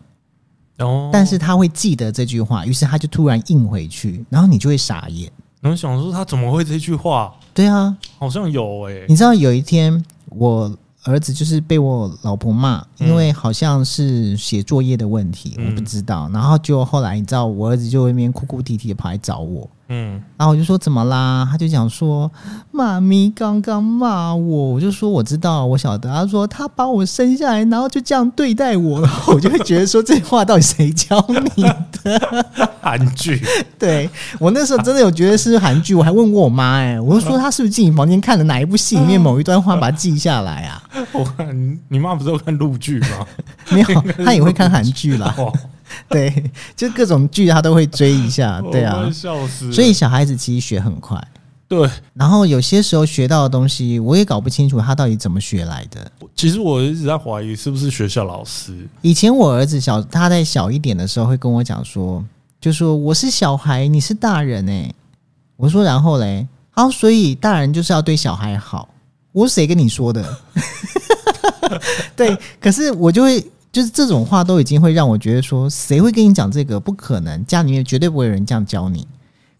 [SPEAKER 3] 然后
[SPEAKER 1] 但是他会记得这句话，于是他就突然应回去，然后你就会傻眼。
[SPEAKER 3] 然后想说她怎么会这句话，
[SPEAKER 1] 对啊，
[SPEAKER 3] 好像有欸诶、
[SPEAKER 1] 你知道有一天我儿子就是被我老婆骂，
[SPEAKER 3] 嗯
[SPEAKER 1] 因为好像是写作业的问题，
[SPEAKER 3] 嗯
[SPEAKER 1] 我不知道。然后就后来你知道，我儿子就在那边哭哭啼啼的跑来找我，
[SPEAKER 3] 嗯，
[SPEAKER 1] 然后我就说怎么啦？他就讲说妈咪刚刚骂我，我就说我知道，我晓得。他说他把我生下来，然后就这样对待我，然后我就会觉得说这话到底谁教你
[SPEAKER 3] [laughs] 韩
[SPEAKER 1] [laughs]
[SPEAKER 3] 剧，
[SPEAKER 1] 对我那时候真的有觉得是韩剧，我还问过我妈，哎，我就说她是不是进你房间看了哪一部戏里面某一段话，把它记下来啊？
[SPEAKER 3] 我看你你妈不是有看陆剧吗？
[SPEAKER 1] 没有，她也会看韩剧 [laughs] 啦，
[SPEAKER 3] 哦，
[SPEAKER 1] [laughs] 对，就各种剧她都会追一下，对
[SPEAKER 3] 我
[SPEAKER 1] 啊
[SPEAKER 3] 快，笑死了。
[SPEAKER 1] 所以小孩子其实学很快，
[SPEAKER 3] 对，
[SPEAKER 1] 然后有些时候学到的东西，我也搞不清楚他到底怎么学来的。
[SPEAKER 3] 其实我一直在怀疑是不是学校老师，
[SPEAKER 1] 以前我儿子小，他在小一点的时候会跟我讲说，就说我是小孩，你是大人哎、我说然后嘞，好，所以大人就是要对小孩好。我谁跟你说的？ [laughs] 对，可是我就会就是这种话都已经会让我觉得说，谁会跟你讲这个？不可能，家里面绝对不会有人这样教你。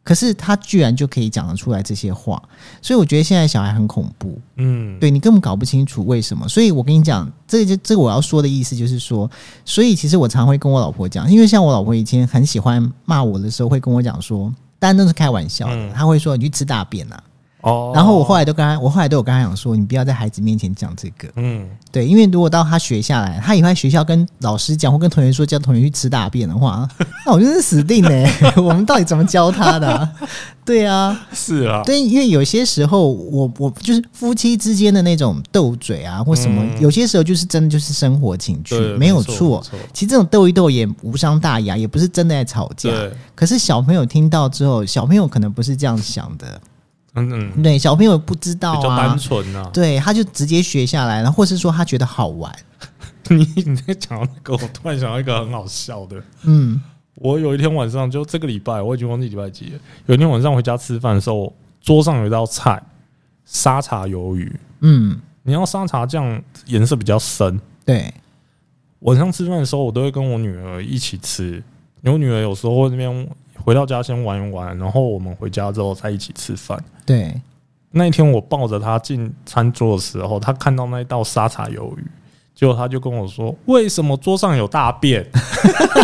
[SPEAKER 1] 可是他居然就可以讲得出来这些话，所以我觉得现在小孩很恐怖。
[SPEAKER 3] 嗯，
[SPEAKER 1] 对你根本搞不清楚为什么。所以我跟你讲，这就这个我要说的意思就是说，所以其实我常会跟我老婆讲，因为像我老婆以前很喜欢骂我的时候，会跟我讲说，当然那是开玩笑的，
[SPEAKER 3] 嗯
[SPEAKER 1] 她会说你去吃大便啊。
[SPEAKER 3] 哦，
[SPEAKER 1] 然后我后来都跟她，我后来都有跟她讲说，你不要在孩子面前讲这个，
[SPEAKER 3] 嗯，
[SPEAKER 1] 对，因为如果到她学下来，她以后在学校跟老师讲或跟同学说叫同学去吃大便的话，那我就是死定了、 [laughs] 我们到底怎么教她的啊、对啊，
[SPEAKER 3] 是啊，
[SPEAKER 1] 对，因为有些时候我我就是夫妻之间的那种斗嘴啊，或什么，
[SPEAKER 3] 嗯
[SPEAKER 1] 有些时候就是真的就是生活情趣，
[SPEAKER 3] 对，
[SPEAKER 1] 没有
[SPEAKER 3] 错，
[SPEAKER 1] 错。
[SPEAKER 3] 没错
[SPEAKER 1] 其实这种斗一斗也无伤大雅，也不是真的在吵架。
[SPEAKER 3] 对，
[SPEAKER 1] 可是小朋友听到之后，小朋友可能不是这样想的，
[SPEAKER 3] 嗯嗯，
[SPEAKER 1] 对，小朋友不知道
[SPEAKER 3] 比较单
[SPEAKER 1] 啊，
[SPEAKER 3] 纯呐。
[SPEAKER 1] 对，他就直接学下来了，或是说他觉得好玩，
[SPEAKER 3] 你你在讲到那个，我突然想到一个很好笑的。
[SPEAKER 1] 嗯
[SPEAKER 3] 我有一天晚上，就这个礼拜，我已经忘记礼拜几了。有一天晚上回家吃饭的时候，桌上有一道菜，沙茶鱿鱼。
[SPEAKER 1] 嗯，
[SPEAKER 3] 你要沙茶酱颜色比较深。
[SPEAKER 1] 对，
[SPEAKER 3] 晚上吃饭的时候，我都会跟我女儿一起吃。因为我女儿有时候会那边回到家先玩一玩，然后我们回家之后再一起吃饭。
[SPEAKER 1] 对，
[SPEAKER 3] 那一天我抱着她进餐桌的时候，她看到那一道沙茶鱿鱼，结果她就跟我说：“为什么桌上有大便？”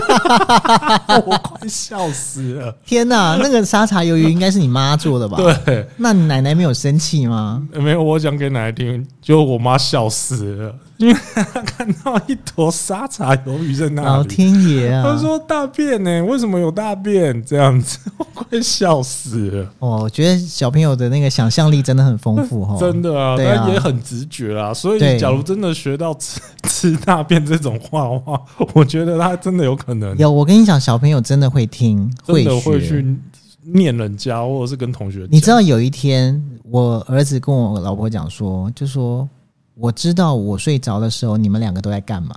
[SPEAKER 3] [laughs] 我快笑死了。
[SPEAKER 1] 天
[SPEAKER 3] [laughs]
[SPEAKER 1] 哪，那个沙茶鱿鱼应该是你妈做的吧？，
[SPEAKER 3] 对，
[SPEAKER 1] 那你奶奶没有生气
[SPEAKER 3] [laughs]
[SPEAKER 1] 吗？
[SPEAKER 3] 没有，我讲给奶奶听，就我妈笑死了，因为她看到一坨沙茶鱿鱼在那
[SPEAKER 1] 老
[SPEAKER 3] 里。
[SPEAKER 1] 天爷啊！
[SPEAKER 3] 她说大便呢、为什么有大便？这样子，我快笑死了，
[SPEAKER 1] 哦，我觉得小朋友的那个想象力真的很丰
[SPEAKER 3] [laughs]
[SPEAKER 1] 富哦。
[SPEAKER 3] 真的啊，
[SPEAKER 1] 对啊
[SPEAKER 3] 但也很直觉啊。所
[SPEAKER 1] 对
[SPEAKER 3] 以，假如真的学到吃 [laughs] 吃大便这种话的话，我觉得他真的有可能，
[SPEAKER 1] 有，我跟你讲，小朋友真的会听，
[SPEAKER 3] 真的
[SPEAKER 1] 学。
[SPEAKER 3] 会去念人家，或者是跟同学讲。
[SPEAKER 1] 你知道有一天，我儿子跟我老婆讲说，就说我知道我睡着的时候，你们两个都在干嘛。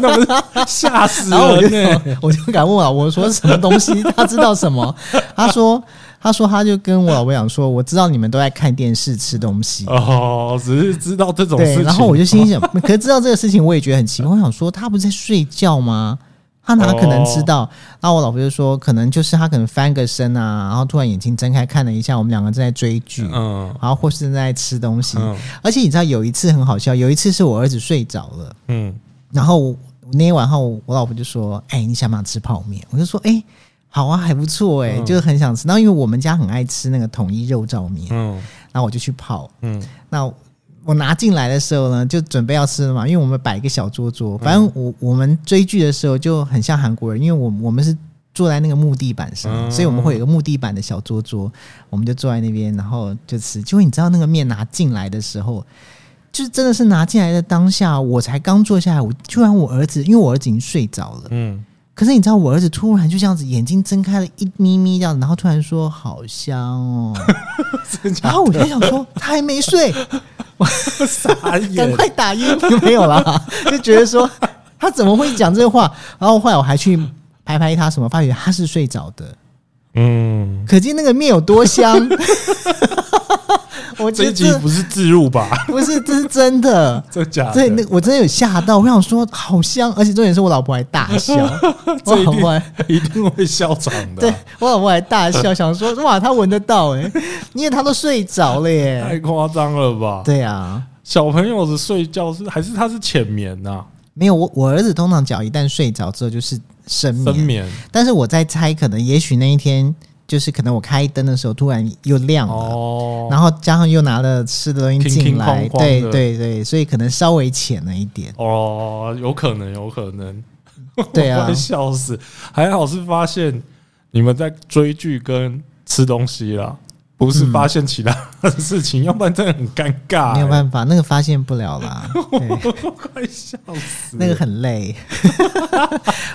[SPEAKER 3] 那不是吓死
[SPEAKER 1] 然后我就
[SPEAKER 3] 人欸呢、
[SPEAKER 1] 我就 [laughs] 敢问我老婆说什么东西，他知道什么？他说，他说他就跟我老婆讲说，我知道你们都在看电视吃东西。
[SPEAKER 3] 哦，只是知道这种事
[SPEAKER 1] 对，
[SPEAKER 3] 情。
[SPEAKER 1] 然后我就心想， [laughs] 可是知道这个事情，我也觉得很奇怪。我想说，他不是在睡觉吗？他哪可能知
[SPEAKER 3] 哦
[SPEAKER 1] 道？然后我老婆就说，可能就是他可能翻个身啊，然后突然眼睛睁开看了一下，我们两个正在追剧，
[SPEAKER 3] 嗯
[SPEAKER 1] 然后或是正在吃东西。
[SPEAKER 3] 嗯
[SPEAKER 1] 而且你知道有一次很好笑，有一次是我儿子睡着了，
[SPEAKER 3] 嗯，
[SPEAKER 1] 然后我那天晚上我我老婆就说：“哎、你想不想吃泡面？”我就说：“哎、好啊，还不错哎、
[SPEAKER 3] 嗯
[SPEAKER 1] 就是很想吃。然后因为我们家很爱吃那个统一肉燥面，
[SPEAKER 3] 嗯
[SPEAKER 1] 然后我就去泡。
[SPEAKER 3] 嗯
[SPEAKER 1] 那我我拿进来的时候呢，就准备要吃了嘛，因为我们摆一个小桌桌。反正我我们追剧的时候就很像韩国人，因为我我们是坐在那个木地板上，
[SPEAKER 3] 嗯
[SPEAKER 1] 所以我们会有一个木地板的小桌桌，我们就坐在那边，然后就吃。结果你知道那个面拿进来的时候。就是真的是拿进来的当下，我才刚坐下来，我居然我儿子，因为我儿子已经睡着了，
[SPEAKER 3] 嗯，
[SPEAKER 1] 可是你知道，我儿子突然就这样子，眼睛睁开了一咪咪这样子，然后突然说：“好香哦！”然后我就想说，他还没睡，
[SPEAKER 3] 傻 [laughs]
[SPEAKER 1] 赶快打晕， [laughs] 没有啦，就觉得说他怎么会讲这话？然后后来我还去拍拍他什么，发觉他是睡着的，
[SPEAKER 3] 嗯，
[SPEAKER 1] 可见那个面有多 [laughs] 香。我觉
[SPEAKER 3] 这一
[SPEAKER 1] 得
[SPEAKER 3] 集
[SPEAKER 1] 这
[SPEAKER 3] 不是自入吧？
[SPEAKER 1] 不是，这是真的。
[SPEAKER 3] 真假的？
[SPEAKER 1] 对，那我真的有吓到，我想说好香，而且重点是我老婆还大 [laughs] 笑，我
[SPEAKER 3] 这一
[SPEAKER 1] 老
[SPEAKER 3] 定
[SPEAKER 1] 婆还
[SPEAKER 3] 一定会笑场的
[SPEAKER 1] 对
[SPEAKER 3] 啊，
[SPEAKER 1] 我老婆还大笑，想说哇，他闻得到哎、因为他都睡着了耶。
[SPEAKER 3] 太夸张了吧？
[SPEAKER 1] 对啊，
[SPEAKER 3] 小朋友的睡觉是还是他是浅眠啊呐、
[SPEAKER 1] 没有我我儿子通常脚一旦睡着之后就是深眠，
[SPEAKER 3] 深眠
[SPEAKER 1] 但是我在猜，可能也许那一天就是可能我开灯的时候突然又亮了。
[SPEAKER 3] 哦。
[SPEAKER 1] 然后加上又拿了吃的东西进来，
[SPEAKER 3] 乒乒乓乓的，
[SPEAKER 1] 对对对，所以可能稍微浅了一点
[SPEAKER 3] 哦，有可能，有可能，
[SPEAKER 1] 对
[SPEAKER 3] [laughs]
[SPEAKER 1] 啊
[SPEAKER 3] 快，笑死！还好是发现你们在追剧跟吃东西啦，不是发现其他的事情，要不然真的很尴尬、
[SPEAKER 1] 没有办法，那个发现不了
[SPEAKER 3] [laughs]
[SPEAKER 1] 啦，对，
[SPEAKER 3] 法，快笑死！
[SPEAKER 1] 那个很累。 [laughs]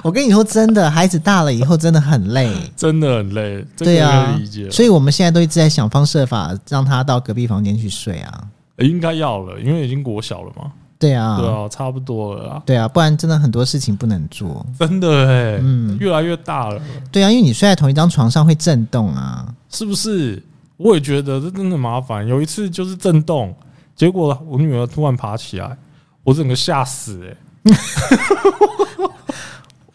[SPEAKER 1] 我跟你说真的，孩子大了以后真的很累，
[SPEAKER 3] 真的很累， [laughs] 这
[SPEAKER 1] 对
[SPEAKER 3] 个可
[SPEAKER 1] 啊
[SPEAKER 3] 以理解，，
[SPEAKER 1] 所以我们现在都一直在想方设法让他到隔壁房间去睡啊。
[SPEAKER 3] 应该要了，因为已经国小了嘛，
[SPEAKER 1] 对啊，
[SPEAKER 3] 对啊，差不多了啦，
[SPEAKER 1] 对啊不然真的很多事情不能做。
[SPEAKER 3] 真的哎、
[SPEAKER 1] 嗯
[SPEAKER 3] 越来越大了，
[SPEAKER 1] 对啊，因为你睡在同一张床上会震动啊。
[SPEAKER 3] 是不是？我也觉得这真的麻烦。有一次就是震动，结果我女儿突然爬起来，我整个吓死哎、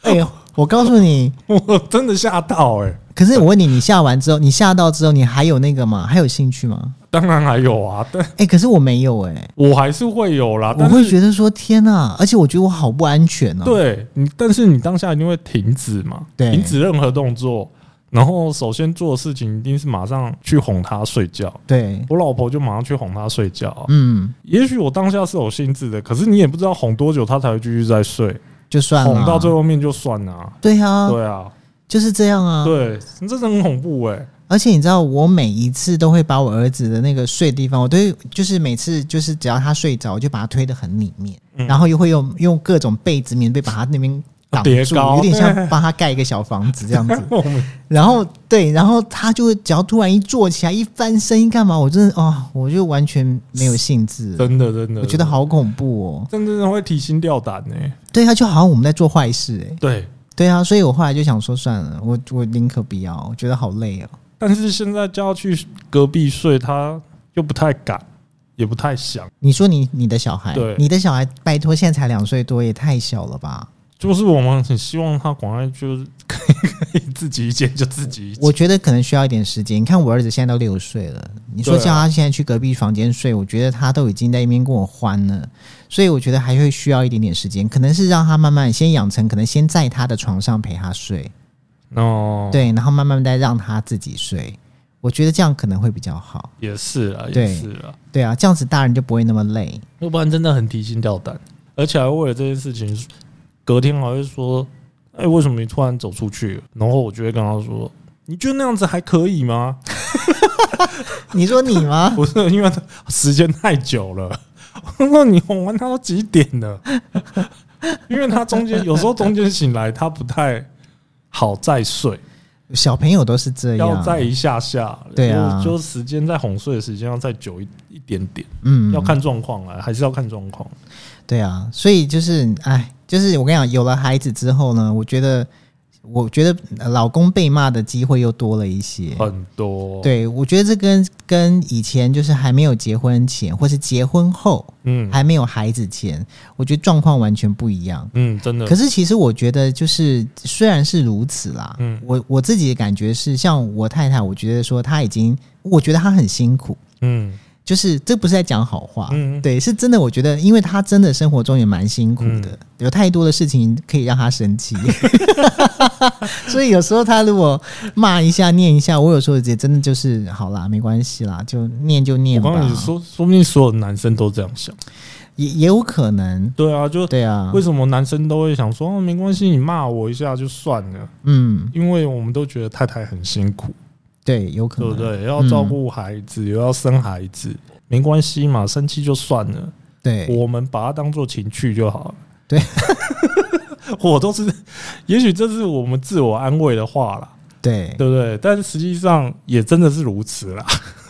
[SPEAKER 1] 哎呦，我告诉你，
[SPEAKER 3] [laughs] 我真的吓到哎、
[SPEAKER 1] 可是我问你，你下完之后，你下到之后，你还有那个吗？还有兴趣吗？
[SPEAKER 3] 当然还有啊，但
[SPEAKER 1] 哎、可是我没有哎、
[SPEAKER 3] 我还是会有啦。
[SPEAKER 1] 我
[SPEAKER 3] 啊但
[SPEAKER 1] 会
[SPEAKER 3] 是
[SPEAKER 1] 觉得说天呐、而且我觉得我好不安全哦、，
[SPEAKER 3] 对你，但是你当下一定会停止嘛，
[SPEAKER 1] 对
[SPEAKER 3] 停止任何动作。然后首先做的事情一定是马上去哄她睡觉。
[SPEAKER 1] 对，
[SPEAKER 3] 我老婆就马上去哄她睡觉啊、
[SPEAKER 1] 嗯，
[SPEAKER 3] 也许我当下是有兴致的，可是你也不知道哄多久她才会继续再睡，
[SPEAKER 1] 就算了啊、
[SPEAKER 3] 哄到最后面就算了啊、
[SPEAKER 1] 对啊，
[SPEAKER 3] 对啊，
[SPEAKER 1] 就是这样啊。
[SPEAKER 3] 对，这真的很恐怖哎、
[SPEAKER 1] 而且你知道，我每一次都会把我儿子的那个睡的地方，我都会就是每次就是只要他睡着，我就把他推得很里面，
[SPEAKER 3] 嗯
[SPEAKER 1] 然后又会用用各种被子、棉被把他那边挡
[SPEAKER 3] 叠
[SPEAKER 1] 住，
[SPEAKER 3] 高。
[SPEAKER 1] 有点像帮他盖一个小房子这样子
[SPEAKER 3] [laughs] 我们
[SPEAKER 1] 然后对，然后他就只要突然一坐起来、一翻身、一干嘛，我真的哦，我就完全没有兴致了。
[SPEAKER 3] [laughs] 真的真的，
[SPEAKER 1] 我觉得好恐怖哦！
[SPEAKER 3] 真的，真的会提心吊胆哎、
[SPEAKER 1] 对啊，就好像我们在做坏事哎、
[SPEAKER 3] 对，
[SPEAKER 1] 对啊，所以我后来就想说，算了，我我宁可不要，我觉得好累哦。
[SPEAKER 3] 但是现在就要去隔壁睡，他又不太敢，也不太想。
[SPEAKER 1] 你说你你的小孩
[SPEAKER 3] 对，
[SPEAKER 1] 你的小孩，拜托，现在才两岁多，也太小了吧？
[SPEAKER 3] 就是我们很希望他赶快就是 [laughs] 可以可以自己一间就自己一间
[SPEAKER 1] 我觉得可能需要一点时间。你看我儿子现在都六岁了，你说
[SPEAKER 3] 对啊
[SPEAKER 1] 叫他现在去隔壁房间睡，我觉得他都已经在那边跟我欢了，所以我觉得还会需要一点点时间，可能是让他慢慢先养成，可能先在他的床上陪他睡，
[SPEAKER 3] 哦，，
[SPEAKER 1] 对，然后慢慢再让他自己睡。我觉得这样可能会比较好，
[SPEAKER 3] 也是啊，也
[SPEAKER 1] 对
[SPEAKER 3] 是啊，
[SPEAKER 1] 对啊，这样子大人就不会那么累。
[SPEAKER 3] 要不然真的很提心吊胆，而且还为了这件事情，隔天还会说：“哎、为什么你突然走出去了？”然后我就会跟他说：“你觉得那样子还可以吗？”
[SPEAKER 1] 你说你
[SPEAKER 3] [laughs]
[SPEAKER 1] 吗？
[SPEAKER 3] 不是因为时间太久了，我说你哄完他都几点了？因为他中间有时候中间醒来，他不太好再睡，
[SPEAKER 1] 小朋友都是这
[SPEAKER 3] 要
[SPEAKER 1] 样，
[SPEAKER 3] 再一下下，
[SPEAKER 1] 对啊
[SPEAKER 3] 就就时间在哄睡的时间要再久一一点点，
[SPEAKER 1] 嗯
[SPEAKER 3] 要看状况啊，还是要看状况。
[SPEAKER 1] 对啊，所以就是，哎，就是我跟你讲，有了孩子之后呢，我觉得，我觉得呃老公被骂的机会又多了一些。
[SPEAKER 3] 很多，，
[SPEAKER 1] 对，我觉得这跟跟以前就是还没有结婚前，或是结婚后
[SPEAKER 3] 嗯
[SPEAKER 1] 还没有孩子前，我觉得状况完全不一样。
[SPEAKER 3] 嗯，真的
[SPEAKER 1] 可，是其实我觉得，就是虽然是如此啦，
[SPEAKER 3] 嗯
[SPEAKER 1] 我我自己的感觉是，像我太太，我觉得说她已经，我觉得她很辛苦，
[SPEAKER 3] 嗯
[SPEAKER 1] 就是这不是在讲好话，
[SPEAKER 3] 嗯
[SPEAKER 1] 啊对，是真的。我觉得，因为他真的生活中也蛮辛苦的，
[SPEAKER 3] 嗯
[SPEAKER 1] 有太多的事情可以让他生气， [laughs] 所以有时候他如果骂一下、念一下，我有时候也真的就是好啦，没关系啦，就念就念
[SPEAKER 3] 我
[SPEAKER 1] 吧
[SPEAKER 3] 告诉，你说，说不定所有男生都这样想。
[SPEAKER 1] 也也有可能，
[SPEAKER 3] 对啊，就
[SPEAKER 1] 对啊
[SPEAKER 3] 为，什么男生都会想说，哦、没关系，你骂我一下就算了，
[SPEAKER 1] 嗯，
[SPEAKER 3] 因为我们都觉得太太很辛苦，
[SPEAKER 1] 对，嗯有可
[SPEAKER 3] 对
[SPEAKER 1] 能，
[SPEAKER 3] 不对？要照顾孩子，又要生孩子，没关系嘛，生气就算了，
[SPEAKER 1] 对
[SPEAKER 3] 我们把它当做情趣就好了。
[SPEAKER 1] 对，
[SPEAKER 3] [laughs] 我都是，也许这是我们自我安慰的话啦，
[SPEAKER 1] 对
[SPEAKER 3] 对不对？但是实际上也真的是如此啦，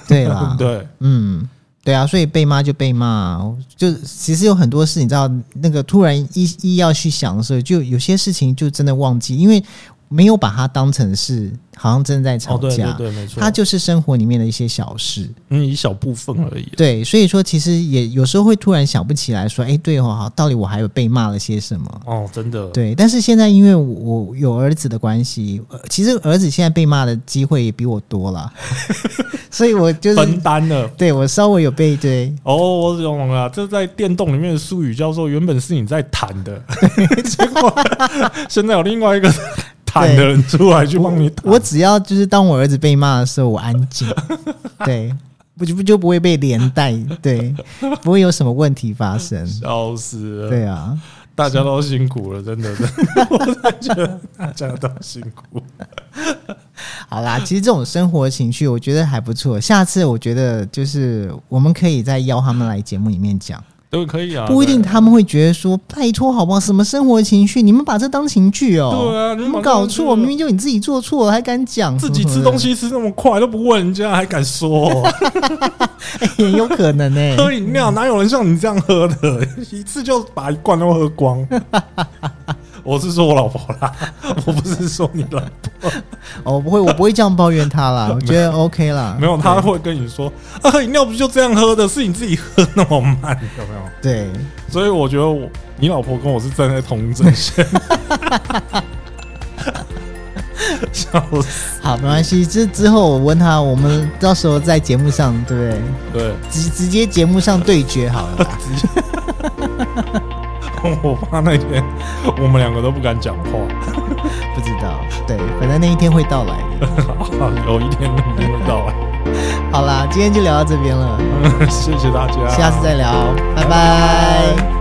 [SPEAKER 1] 对
[SPEAKER 3] 对
[SPEAKER 1] 啦
[SPEAKER 3] 不， [laughs] 对？
[SPEAKER 1] 嗯，对啊，所以被骂就被骂，就其实有很多事，你知道，那个突然一一要去想的时候，就有些事情就真的忘记，因为没有把它当成是好像真的在吵
[SPEAKER 3] 哦，对
[SPEAKER 1] 架，
[SPEAKER 3] 对对，没错，
[SPEAKER 1] 它就是生活里面的一些小事。
[SPEAKER 3] 嗯一小部分而已。
[SPEAKER 1] 对，所以说其实也有时候会突然想不起来说，哎，对哦，好，到底我还有被骂了些什么？
[SPEAKER 3] 哦，真的，
[SPEAKER 1] 对，但是现在因为我我有儿子的关系，呃其实儿子现在被骂的机会也比我多
[SPEAKER 3] [laughs]
[SPEAKER 1] 了，所以我就是
[SPEAKER 3] 分担了。
[SPEAKER 1] 对我稍微有被对，
[SPEAKER 3] 哦，我懂了，这在电动里面的术语叫做原本是你在弹的， [laughs] 结果现在有另外一个弹的人出来去帮你弹。
[SPEAKER 1] 我只要就是当我儿子被骂的时候，我安
[SPEAKER 3] [laughs]
[SPEAKER 1] 静，对，不就不就不会被连带，对，不会有什么问题发
[SPEAKER 3] [laughs]
[SPEAKER 1] 生。
[SPEAKER 3] 笑死了，
[SPEAKER 1] 对啊，
[SPEAKER 3] 大家都辛苦了，真的，真的 [laughs] 我真的觉得大家都辛苦。
[SPEAKER 1] 好啦，其实这种生活情趣，我觉得还不错。下次我觉得就是我们可以再邀他们来节目里面讲，
[SPEAKER 3] 都可以啊，
[SPEAKER 1] 不一定
[SPEAKER 3] 对啊
[SPEAKER 1] 他们会觉得说拜托好不好？什么生活情趣，你们把这当情趣哦、
[SPEAKER 3] 对啊
[SPEAKER 1] 你
[SPEAKER 3] 你们
[SPEAKER 1] 们
[SPEAKER 3] 把
[SPEAKER 1] 搞
[SPEAKER 3] 这当情趣
[SPEAKER 1] 错，
[SPEAKER 3] 哦
[SPEAKER 1] 明明就你自己做错了，还敢讲
[SPEAKER 3] 自己吃东
[SPEAKER 1] 西，
[SPEAKER 3] 西吃那么快都不问人家，还敢
[SPEAKER 1] [laughs]
[SPEAKER 3] 说
[SPEAKER 1] 也 [laughs] 有可能欸
[SPEAKER 3] [laughs]
[SPEAKER 1] 呢、
[SPEAKER 3] 喝饮料？哪有人像你这样喝的？一次就把一罐都喝光。 [laughs] 我是说我老婆啦，我不是说你老婆。
[SPEAKER 1] 哦，不会，我不会这样抱怨他啦，我觉得 OK 啦。
[SPEAKER 3] [laughs] 没有，他会跟你说啊，喝饮料不是就这样喝的，是你自己喝那么慢，有没有？
[SPEAKER 1] 对。
[SPEAKER 3] 所以我觉得我你老婆跟我是站在同一阵线。 [laughs] 笑死！
[SPEAKER 1] 好，没关系。这之后我问他，我们到时候在节目上，对不对？
[SPEAKER 3] 对，
[SPEAKER 1] 直直接节目上对决好了啦。
[SPEAKER 3] 我爸那天我们两个都不敢讲话， [laughs]
[SPEAKER 1] 不知道，对，反正那一天会到来的。
[SPEAKER 3] 有一天一定会到来。 [laughs]
[SPEAKER 1] 好啦，今天就聊到这边了，
[SPEAKER 3] 谢谢大家，
[SPEAKER 1] 下次再聊，拜拜